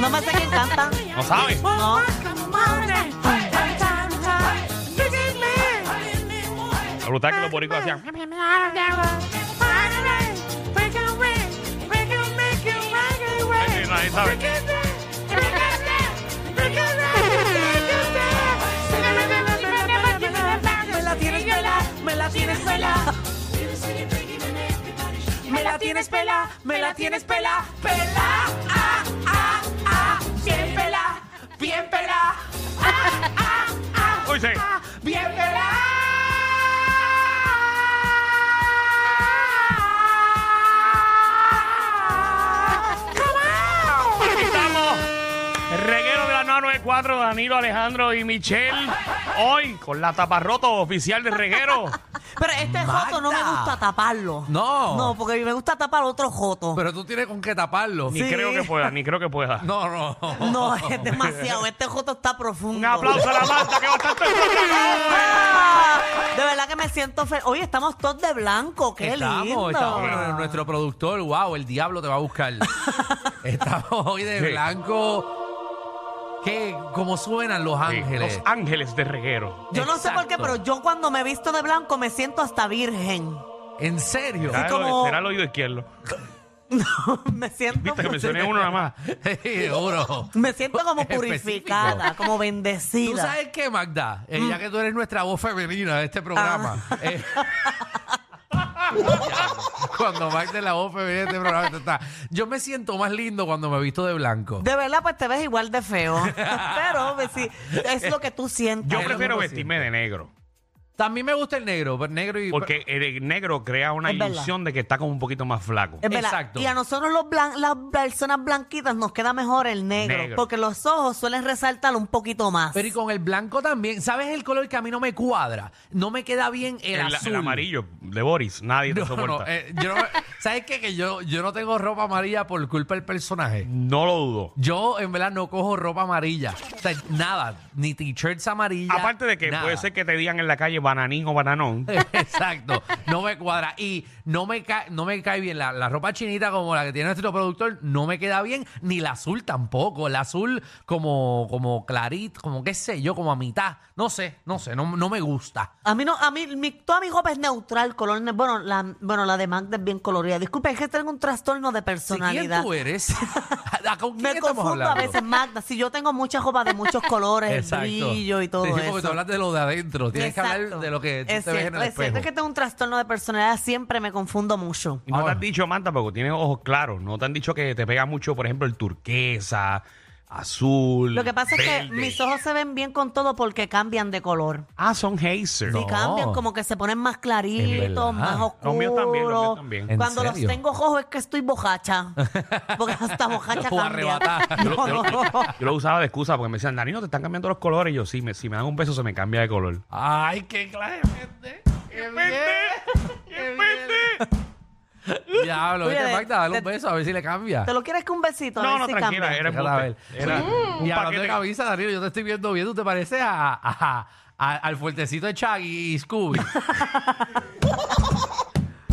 No me sé quién canta. No sabes. No. Lo brutal es que los boricuas hacían. Ay, nadie sabe. Me la tienes pela, me la tienes pela. Me la tienes pela, me la tienes pela, pela, ah, ah, ah, bien pela, bien pela, ah, ah, ah, Uy, sí. ah, bien pela. Come on. Aquí estamos. El reguero de la 994, Danilo, Alejandro y Michelle. Hoy con la taparroto oficial del reguero. Pero este joto no me gusta taparlo. No. No, porque me gusta tapar otro joto. Pero tú tienes con qué taparlo. Ni creo que pueda, ni creo que pueda. No, no. No, es demasiado. Este joto está profundo. Un aplauso a la Marta que va a estar todo el programa. Ah, De verdad que me siento feliz. Oye, estamos todos de blanco. Qué estamos, lindo. estamos con nuestro productor. Wow, el diablo te va a buscar. estamos hoy de Sí. blanco. Que como suenan los Sí, ángeles. Los ángeles de reguero. Yo no sé por qué, Exacto. pero yo cuando me visto de blanco me siento hasta virgen. ¿En serio? Será, el- como- será el oído izquierdo. me siento Viste que mencioné uno nada más. Sí, oro. me siento como Específico. purificada, como bendecida. ¿Tú sabes qué, Magda? Mm. Eh, Ya que tú eres nuestra voz femenina de este programa. Ah. eh, cuando Magda es la voz femenina de este programa, esto está. yo me siento más lindo cuando me visto de blanco. De verdad, pues te ves igual de feo. pero pues, sí, es lo que tú sientes. Yo Ay, no prefiero me vestirme de negro. También me gusta el negro, pero negro y... Porque el negro crea una Es verdad. ilusión de que está como un poquito más flaco. Es verdad. Exacto. Y a nosotros los blan- las personas blanquitas nos queda mejor el negro, Negro. porque los ojos suelen resaltar un poquito más. Pero y con el blanco también. ¿Sabes el color que a mí no me cuadra? No me queda bien el, El, azul. el amarillo de Boris, nadie lo No, soporta. no, eh, yo no- ¿Sabes qué? Que yo, yo no tengo ropa amarilla por culpa del personaje. No lo dudo. Yo, en verdad, no cojo ropa amarilla. O sea, nada. Ni t-shirts amarillas. Aparte de que nada. puede ser que te digan en la calle bananín o bananón. Exacto. No me cuadra. Y no me, ca- no me cae bien. La, la ropa chinita como la que tiene nuestro productor no me queda bien. Ni la azul tampoco. El azul como, como clarito, como qué sé yo, como a mitad. No sé, no sé, no, no me gusta. A mí no, a mí, mi, toda mi ropa es neutral, color ne- bueno, la, bueno, la de Magda es bien colorida. Disculpe, es que tengo un trastorno de Sí, personalidad. ¿Quién tú eres? ¿A- ¿Con quién Me estamos confundo a hablando? veces, Magda. Si yo tengo mucha ropa de muchos colores, el brillo y todo Sí, sí, porque tú eso. hablas de lo de adentro. Tienes que Exacto. hablar de lo que tú es te cierto, ves en el es cierto, espejo. es que tengo un trastorno de personalidad, siempre me confundo mucho. Y No te Ahora. han dicho, Manta, porque tienes ojos claros. No te han dicho que te pega mucho, por ejemplo, el turquesa, azul. Lo que pasa es que verde. mis ojos se ven bien con todo porque cambian de color. Ah, son hazers. Y cambian, como que se ponen más claritos, verdad. más oscuros. Los míos también, los míos también. ¿En Cuando los serio? tengo rojos es que estoy bojacha. Porque hasta bojacha O cambia. arrebatada. No, no. Yo lo usaba de excusa porque me decían, Dani, no te están cambiando los colores. Y yo, sí, me- si me dan un beso se me cambia de color. Ay, qué clase. ¡Qué pende! Diablo, Oye, vete, de- Magda, dale un de- beso a ver si le cambia. ¿Te lo quieres que un besito? A No, ver no, si tranquila, cambia. era Déjala ver. embuste. Era un Y hablando de paquete. camisa, Danilo, yo te estoy viendo bien. ¿Tú te pareces a, a- a- al fuertecito de Chaggy y Scooby?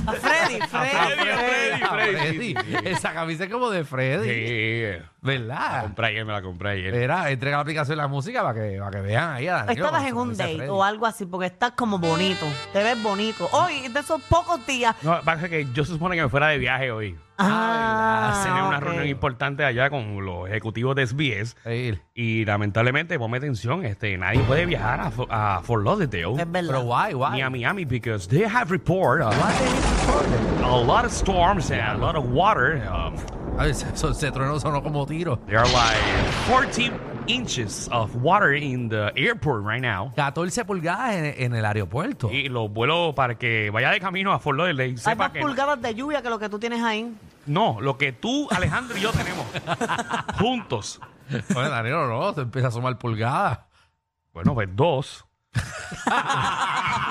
A Freddy, Freddy. Freddy, a Freddy, A Freddy, Freddy. sí, sí, sí. Esa camisa es como de Freddy. Sí, la ¿Verdad? compré ayer, me la compré ayer. Era, entrega la aplicación de la música para que, para que vean ahí a Danilo. Estabas con en su un camisa de date Freddy. o algo así porque estás como bonito. Te ves bonito. Hoy, de esos pocos días. No, pasa que yo se supone que me fuera de viaje hoy. Ah, Tenía una ok. reunión importante allá con los ejecutivos de SBS. Sí. Y lamentablemente, ponme atención, este, nadie puede viajar a, Fo- a Fort Lauderdale. Es verdad. Pero guay, ni guay. a Miami because they have report a lot, a lot of storms and a lot of water. Um, A ver, se, se- se tronó, sonó como tiro. there are like 14 inches of water in the airport right now. 14 pulgadas en, en el aeropuerto. Y los vuelos para que vaya de camino a Fort Lauderdale Hay sepa más que pulgadas de lluvia que lo que tú tienes ahí. no, lo que tú, Alejandro y yo tenemos juntos. Bueno, Danilo, no, se empieza a sumar pulgadas. Bueno, pues dos. Ah,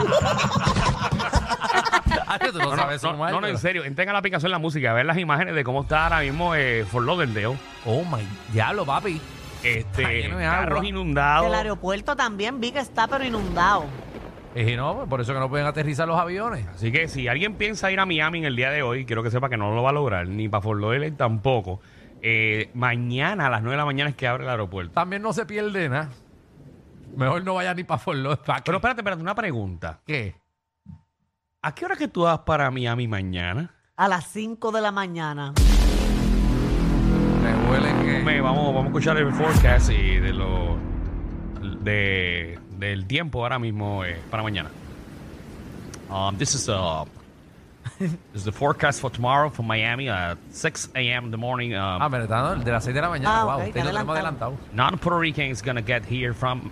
tú no, No, no, sabes no, sumar. no, no, en pero- serio, entren a la aplicación la música, a ver las imágenes de cómo está ahora mismo eh, Fort Lauderdale. Oh my, diablo, papi. Está Este, lleno de agua. carros inundados. El aeropuerto también vi que está pero inundado. Y no, pues, por eso que no pueden aterrizar los aviones. Así que si alguien piensa ir a Miami en el día de hoy, quiero que sepa que no lo va a lograr, ni para Fort Lauderdale tampoco. Eh, mañana a las 9 de la mañana es que abre el aeropuerto. También no se pierde nada. Mejor no vaya ni para Fort Lauderdale. Pero espérate, espérate, una pregunta. ¿Qué? ¿A qué hora es que tú vas para Miami mañana? A las 5 de la mañana. Me huele que... Me- vamos, vamos a escuchar el forecast y de lo, de, del tiempo ahora mismo eh, para mañana. Um, this is uh, this is the forecast for tomorrow for Miami at 6 a.m. in the morning. Um, Ah, pero está dando el de las 6 de la mañana. Ah, wow, ok, usted está lo tenemos adelantado. adelantado. non Puerto Rican is gonna get here from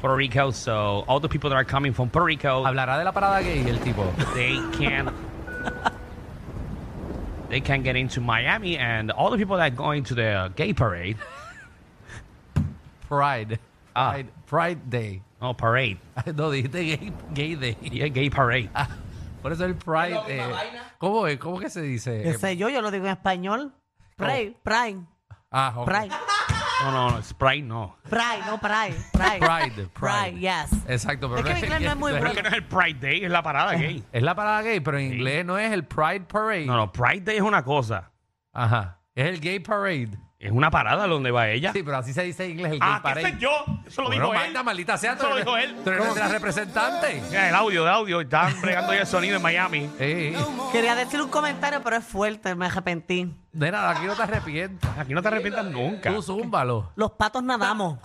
Puerto Rico. So all the people that are coming from Puerto Rico, Hablará de la parada gay el tipo. they can they can get into Miami, and all the people that are going to the gay parade, Pride. Ah. Pride, Pride Day. oh parade, No, dijiste gay, gay Day. yeah, gay parade. Por eso el Pride... eh, ¿Cómo es? ¿Cómo que se dice? ¿Qué Eh, sé yo? Yo lo digo en español. Pray, pray, Ah, ok. pray, No, no, no, Sprite no. pray, no pray, pray. Pride. Pride. Pride, yes. Exacto. Pero Es que en inglés no es muy Pero es que no es el Pride Day, es la parada gay. Es la parada gay, pero en inglés no es el Pride Parade. No, no, Pride Day es una cosa, Ajá. Es el Gay Parade. es una parada donde va ella. Sí, pero así se dice en inglés el Gay ah, ¿qué Parade. sé yo? Eso lo Bueno, dijo él. Magda, maldita sea, tú Eso lo eres- dijo él. tú eres nuestra representante. Mira, el audio, el audio, están bregando ya el sonido en Miami. Eh, eh, Quería decir un comentario, pero es fuerte, me arrepentí. de nada, aquí no te arrepientas. Aquí no te arrepientas nunca. Tú zúmbalo. Los patos nadamos.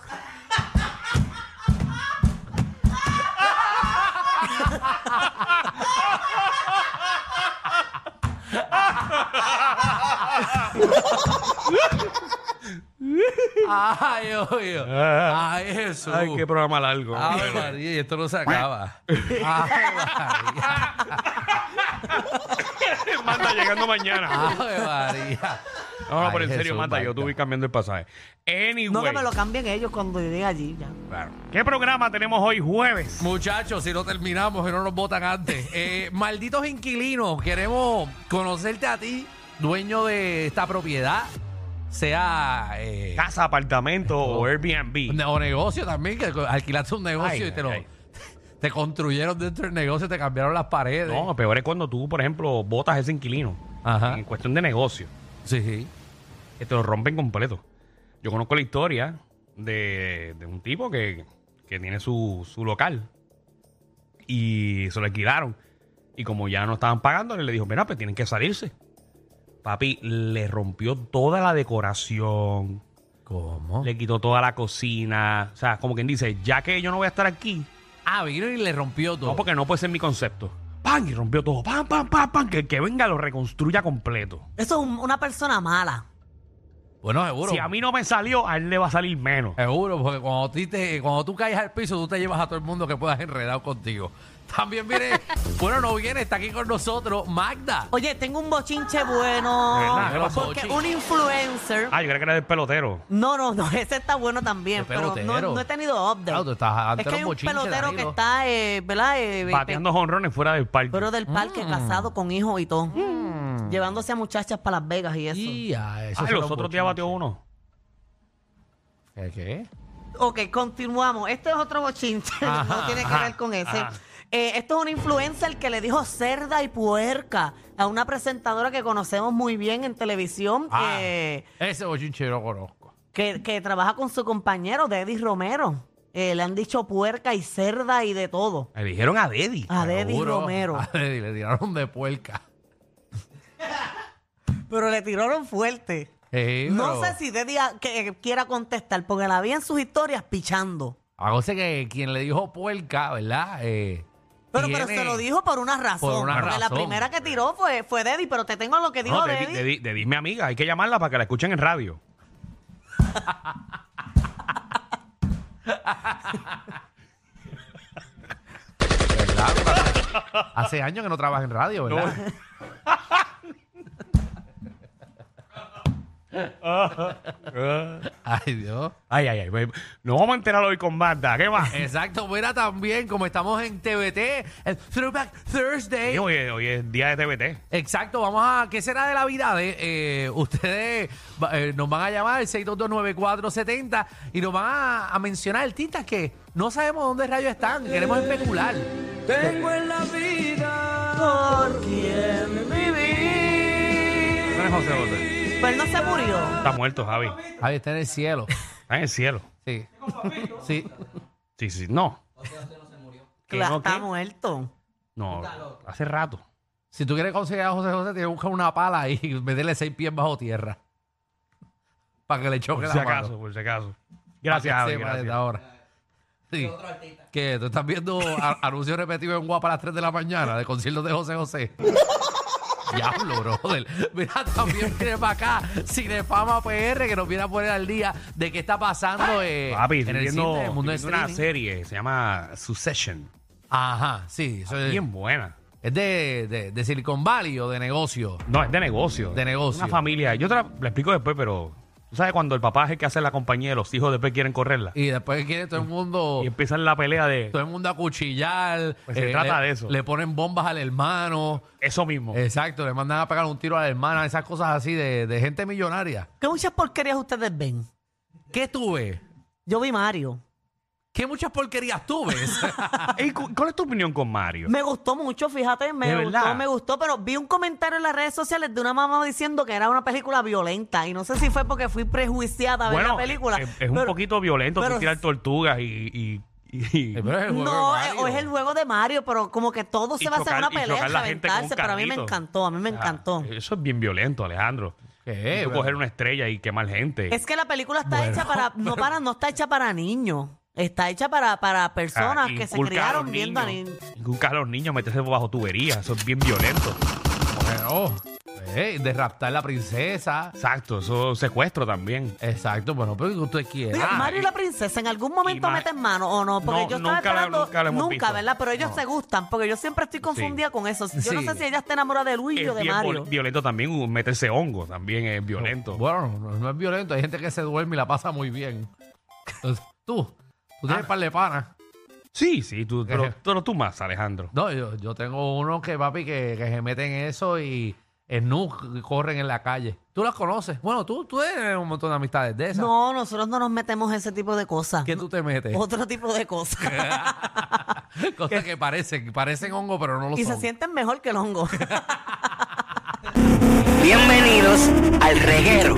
Ay, oye. Ay, Jesús. Ah. Ay, qué programa largo. Ay, María, y esto no se acaba. Ay, María. Manda llegando mañana. Ay, María. No, no, pero Ah. Ay, en serio, Jesús, Mata, yo Magda. tuve cambiando el pasaje. Anyway. No que me lo cambien ellos cuando llegue allí ya. Claro. ¿Qué programa tenemos hoy jueves? Muchachos, si no terminamos, que no nos votan antes. Eh, malditos inquilinos, queremos conocerte a ti, dueño de esta propiedad, sea eh, Casa, apartamento o Airbnb. ne- o negocio también, que alquilaste un Ay, negocio y te lo ay. te construyeron dentro del negocio, te cambiaron las paredes. No, peor es cuando tú, por ejemplo, botas ese inquilino. Ajá. En cuestión de negocio. Sí, sí. Que te lo rompen completo. Yo conozco la historia de, de un tipo que, que tiene su, su local. Y se lo alquilaron. Y como ya no estaban pagándole, le dijo, mira, pues tienen que salirse. Papi, le rompió toda la decoración. ¿Cómo? Le quitó toda la cocina. O sea, como quien dice, ya que yo no voy a estar aquí, Ah, vino y le rompió todo. no, porque no puede ser mi concepto. ¡Pam! Y rompió todo. ¡Pam, pam, pam, pam! Que el que venga lo reconstruya completo. Eso es un- una persona mala. Bueno, seguro. Si a mí no me salió, a él le va a salir menos. Seguro, porque cuando, a ti te- cuando tú caes al piso, tú te llevas a todo el mundo que puedas enredado contigo. También viene, bueno, no viene, está aquí con nosotros Magda. Oye, tengo un bochinche De Ah, verdad, ¿qué bueno. pasó, Porque chico? Ah, un influencer. Ah, yo creo que era del pelotero. No, no, no, ese está bueno también, El pero no, pelotero. no he tenido update. Claro, tú estás ante es que los hay un bochinches, pelotero que Danilo. está, eh, ¿verdad? Eh, eh, Bateando jonrones fuera del parque. Pero del Mm. parque, casado con hijo y todo. Llevándose a muchachas para Las Vegas y eso. Y a eso Ah, los otros días bateó uno. ¿Qué? qué? Ok, continuamos. Esto es otro bochinche, no tiene que ajá, ver con ese. ajá. Eh, esto es una influencer que le dijo cerda y puerca a una presentadora que conocemos muy bien en televisión, Ah, eh, ese bochinche yo lo conozco. que, que trabaja con su compañero, Deddy Romero. Eh, le han dicho puerca y cerda y de todo. Eligieron a Deddy. A Deddy Seguro. Romero. A Deddy le tiraron de puerca. Pero le tiraron fuerte. Eh, No pero- sé si Deddy a- que- que quiera contestar, porque la vi en sus historias pichando. A cosa Ah, que quien le dijo puerca, ¿verdad? Eh, Pero, pero tiene- se lo dijo por una razón. Por una porque la razón. primera que tiró fue, fue Deddy, pero te tengo lo que dijo No, Deddy. Deddy, Deddy, Deddy es mi amiga. Hay que llamarla para que la escuchen en radio. ¿verdad? Pero hace- Hace años que no trabaja en radio, ¿verdad? Ay, Dios. Ay, ay, ay. pues, Nos vamos a enterar hoy con Magda. ¿Qué más? Eh. Exacto, mira también como estamos en TVT, el Throwback Thursday. Sí, hoy, es- hoy es día de TBT. Exacto, vamos a. ¿Qué será de la vida? de, eh, ustedes va- eh, nos van a llamar al 6229470 y nos van a, a mencionar el tintas que no sabemos dónde rayos están, queremos especular. Por quien vivir. ¿Dónde es José José? Pero él no se murió. Está muerto, Javi. Ahí está en el cielo. Está en el cielo. Sí. Sí. Sí, sí, no. ¿Que Claro, no está qué? muerto. No, hace rato. Si tú quieres conseguir a José José, tienes que buscar una pala y meterle seis pies bajo tierra. Para que le choque Por la si mano. acaso, por si acaso. Gracias, Para que Javi. sepa desde gracias. ahora. Sí. Que tú estás viendo a- anuncios repetidos en Guapa a las 3 de la mañana de conciertos de José José. Diablo, brother. Mira, también viene para acá Cinefama PR que nos viene a poner al día de qué está pasando eh, Papi, en estoy el viendo, cine, en el mundo de estoy viendo una streaming. serie, se llama Succession. Ajá, sí. eso es, Bien buena. es de, de- de Silicon Valley o de negocio. No, es de negocio. De negocio. Una familia. Yo te la, la explico después, pero tú sabes cuando el papá es el que hace la compañía y los hijos después quieren correrla. Y después quiere todo el mundo... Y empiezan la pelea de todo el mundo a cuchillar. eh, Pues se trata le- de eso. Le ponen bombas al hermano. eso mismo. Exacto, le mandan a pegar un tiro a la hermana, esas cosas así de, de gente millonaria. ¿Qué muchas porquerías ustedes ven? ¿Qué tuve? Yo vi Mario. ¿Qué muchas porquerías tuve? Ey, cu- ¿Cuál es tu opinión con Mario? Me gustó mucho, fíjate, me ¿De gustó, verdad? me gustó, pero vi un comentario en las redes sociales de una mamá diciendo que era una película violenta y no sé si fue porque fui prejuiciada a ver la película. es, es un pero- poquito violento tú pero- tirar tortugas y, y, y- Pero es el juego No, de eh, Mario. o es el juego de Mario, pero como que todo y se va a hacer chocar- una y pelea, chocar la gente con un reventarse, pero a mí me carrito. encantó, a mí me Ah, encantó. Eso es bien violento, Alejandro. ¿Qué? Y tú Pero- coger una estrella y quemar gente. Es que la película está hecha para, no para, no está hecha para niños, está hecha para, Ah, para personas que se criaron viendo a niños. Inculcar a los niños, meterse bajo tuberías, eso es bien violento. Pero, eh, de raptar a la princesa. Exacto, eso es secuestro también. Exacto, bueno, pero que usted Mira, quiera. Mario y la princesa, ¿en algún momento Ah, y Ma- meten mano o no? Porque No, yo estaba nunca la- esperando. nunca la hemos visto. ¿verdad? Pero ellos se gustan, porque yo siempre estoy confundida con eso. Yo no Sí. sé si ella está enamorada de Luigi o es de bien Mario. vol- violento también, uh, meterse hongo también es violento. Bueno, no, no es violento, hay gente que se duerme y la pasa muy bien. Entonces, tú, Ah. tú tienes par de panas. Sí, sí, tú, pero, pero tú más, Alejandro. No, yo, yo tengo unos que, papi, que, que se meten en eso y en nu y corren en la calle. Tú las conoces. Bueno, tú, tú tienes un montón de amistades de esas. No, nosotros no nos metemos ese tipo de cosas. ¿Qué tú te metes? Otro tipo de cosas. Cosas que parecen, que parecen hongo, pero no lo y son. se sienten mejor que el hongo. Bienvenidos al reguero.